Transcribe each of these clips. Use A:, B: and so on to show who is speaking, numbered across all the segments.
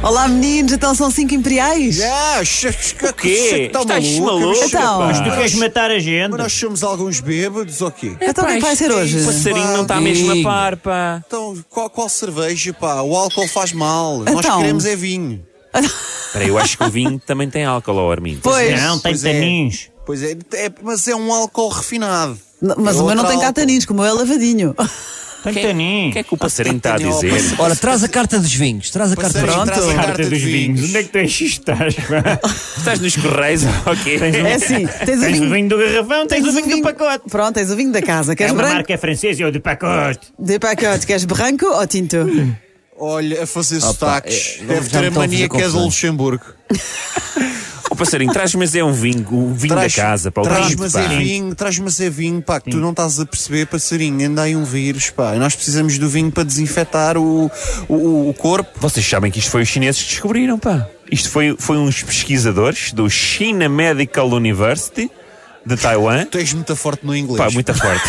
A: Olá meninos, então são cinco imperiais?
B: Ah, o
C: quê?
B: Tá
C: Estás
B: maluco?
C: maluco?
A: Então.
C: Mas é tu queres matar a gente?
B: Mas nós somos alguns bêbados ou quê?
A: Então o que é que vai ser hoje?
C: O passarinho não está mesmo a par, pá.
B: Então, qual, qual cerveja, pá? O álcool faz mal. Nós
A: Então.
B: queremos é vinho.
C: Peraí, eu acho que o vinho também tem álcool, ó, Armin.
A: Pois.
C: Não, tem
B: Pois é.
C: tanins.
B: Pois é, é, mas é um álcool refinado.
A: N- Mas
B: É
A: o meu
B: outro
A: não tem
B: álcool.
A: catanins, como o meu é lavadinho.
C: Tem tanins. O que é que o passarinho está a
B: Tem álcool.
C: dizer?
D: Ora, traz a carta dos vinhos, traz a
C: é,
D: carta dos
B: Passarinho,
C: então.
A: Então,
D: vinhos.
B: traz a carta de vinhos.
C: que tens estás? Estás nos correios, ok.
A: É assim, tens o
E: Tens o
A: vinho.
E: vinho do garrafão, tens, o vinho do pacote.
A: Pronto, tens o vinho da casa.
E: É
A: Queres
E: uma
A: branco?
E: marca francesa, é o de pacote.
A: De pacote, queres branco ou tinto?
B: Olha, a fazer sotaques.
D: é, não-
B: Deve
D: já
B: ter
D: me
B: a
C: um
D: estão a
B: mania
D: fazer
B: que é do
D: confusão.
B: Luxemburgo.
C: O passarinho traz, mas é um vinho, o vinho
B: Traz-
C: da casa, pá. O
B: Traz,
C: vinho,
B: mas
C: pá. Hum.
B: é vinho, traz, mas é vinho, pá, que tu não estás a perceber, passarinho. Anda aí um vírus, pá. E Nós precisamos do vinho para desinfetar o, o, o corpo.
C: Vocês sabem que isto foi os chineses que descobriram, pá. Isto foi, foi uns pesquisadores do China Medical University de Taiwan.
B: Tu és muito forte no inglês.
C: Pá, muito forte.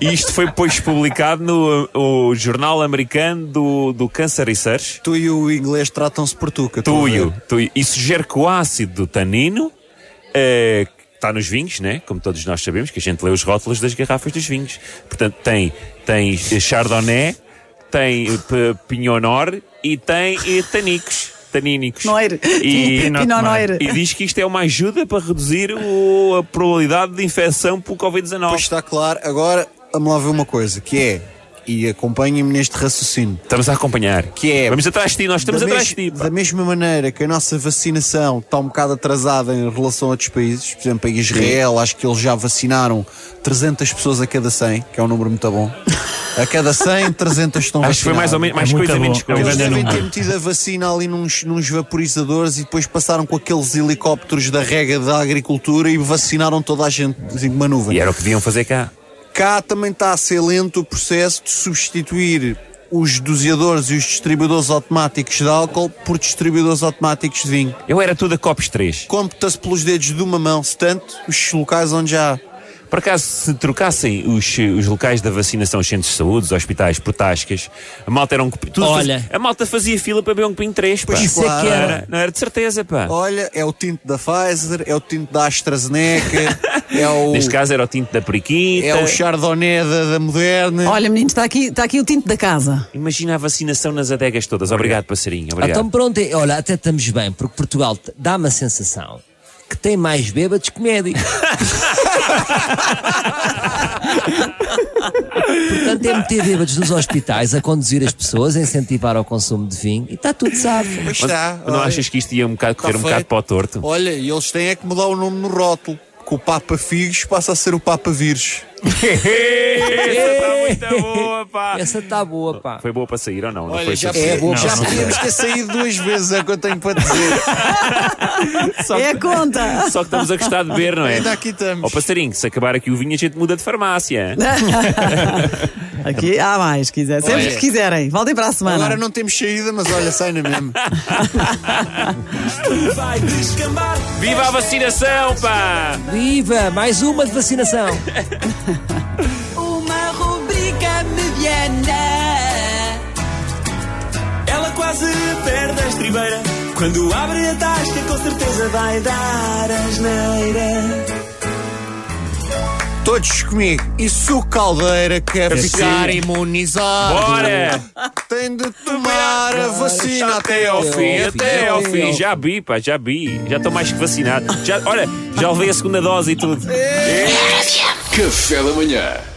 C: E isto foi depois publicado no uh, o jornal americano do, do Cancer Research.
B: Tu e o inglês tratam-se por tu, que eu estou a ver.
C: Tuyo, tuyo. E sugere que o ácido do tanino eh, que está nos vinhos, né? Como todos nós sabemos, que a gente lê os rótulos das garrafas dos vinhos. Portanto, tem, tem eh, chardonnay, tem eh, p- pinot noir e tem eh, tanicos. Tanínicos.
A: Noir.
C: E,
A: Pinot Noir.
C: e diz que isto é uma ajuda para reduzir o- a probabilidade de infecção por Covid-19.
B: Pois está claro. Agora, vamos lá ver uma coisa, que é, e acompanhem-me neste raciocínio,
C: Estamos a acompanhar.
B: que é...
C: Vamos atrás de ti, nós estamos
B: da,
C: atrás
B: mes-
C: de ti. pá.
B: da mesma maneira que a nossa vacinação está um bocado atrasada em relação a outros países, por exemplo, em Israel, acho que eles já vacinaram 300 pessoas a cada 100, que é um número muito bom. A cada 100, 300 estão
C: Acho que foi mais ou menos, mais
E: É muito
C: coisa,
E: bom.
C: menos coisa.
E: Eu
B: Eles
E: ainda
B: devem
E: não-
B: ter metido a vacina ali nos, nos vaporizadores e depois passaram com aqueles helicópteros da rega da agricultura e vacinaram toda a gente assim, com uma nuvem.
C: E era o que deviam fazer cá.
B: Cá também está a ser lento o processo de substituir os doseadores e os distribuidores automáticos de álcool por distribuidores automáticos de vinho.
C: Eu era tudo a copos 3.
B: Computa-se pelos dedos de uma mão, se tanto, os locais onde já há.
C: Por acaso, se trocassem os, os locais da vacinação, os centros de saúde, os hospitais, por tascas, a malta era um copinho. tudo
D: Olha.
C: fazia- a malta fazia fila para beber um copinho 3, pá.
B: Pois Isso é claro.
C: Não
B: que
C: era. Não era de certeza, pá.
B: Olha, é o tinto da Pfizer, é o tinto da AstraZeneca, é o,
C: Neste caso era o tinto da periquita.
B: é o Chardonnay da, da Moderna.
A: Olha meninos, está aqui, está aqui o tinto da casa.
C: Imagina a vacinação nas adegas todas. Obrigado, passarinho. Obrigado.
D: Então pronto, é- olha, até estamos bem, porque Portugal t- dá-me a sensação que tem mais bêbados que médicos. Portanto, é meter bêbados nos hospitais a conduzir as pessoas, a incentivar ao consumo de vinho e está tudo sabe.
B: Pois
C: Mas
B: está.
C: não
B: olha.
C: achas que isto ia um bocado, correr
B: Tá
C: um bocado
B: feito.
C: para o torto?
B: Olha, e eles têm é que mudar o nome no rótulo. Que o Papa Figos passa a ser o Papa Vírus.
C: Essa está muito boa, pá.
D: Essa está boa, pá.
C: Foi boa para sair ou não? não
B: Olha,
C: foi
B: já,
C: para
B: é,
C: sair?
D: boa,
B: já
D: não, não
B: podíamos ter saído duas vezes, é o que eu tenho para dizer.
C: Só
A: É a conta.
C: Só que estamos a gostar de beber, não é?
B: Ainda aqui estamos.
C: Ó passarinho, se acabar aqui o vinho, a gente muda de farmácia.
A: Aqui há mais, se quiser. Sempre
B: Olha.
A: que quiserem. Voltem para a semana.
B: Agora não temos saída, mas olha, sai na mesma.
F: Isto vai descambar.
C: Viva a vacinação, pá!
D: Viva! Mais uma de vacinação!
A: Uma rubrica mediana.
F: Ela quase perde a estribeira. Quando abre a tasca, com certeza vai dar asneira.
B: Todos comigo. E se o caldeira quer ficar
C: sim.
B: imunizado,
C: Bora!
B: tem de tomar a vacina até ao fim.
C: até ao fim. Já vi, pá, já vi. Já estou mais que vacinado. Já, olha, já levei a segunda dose e tudo.
G: Café da Manhã.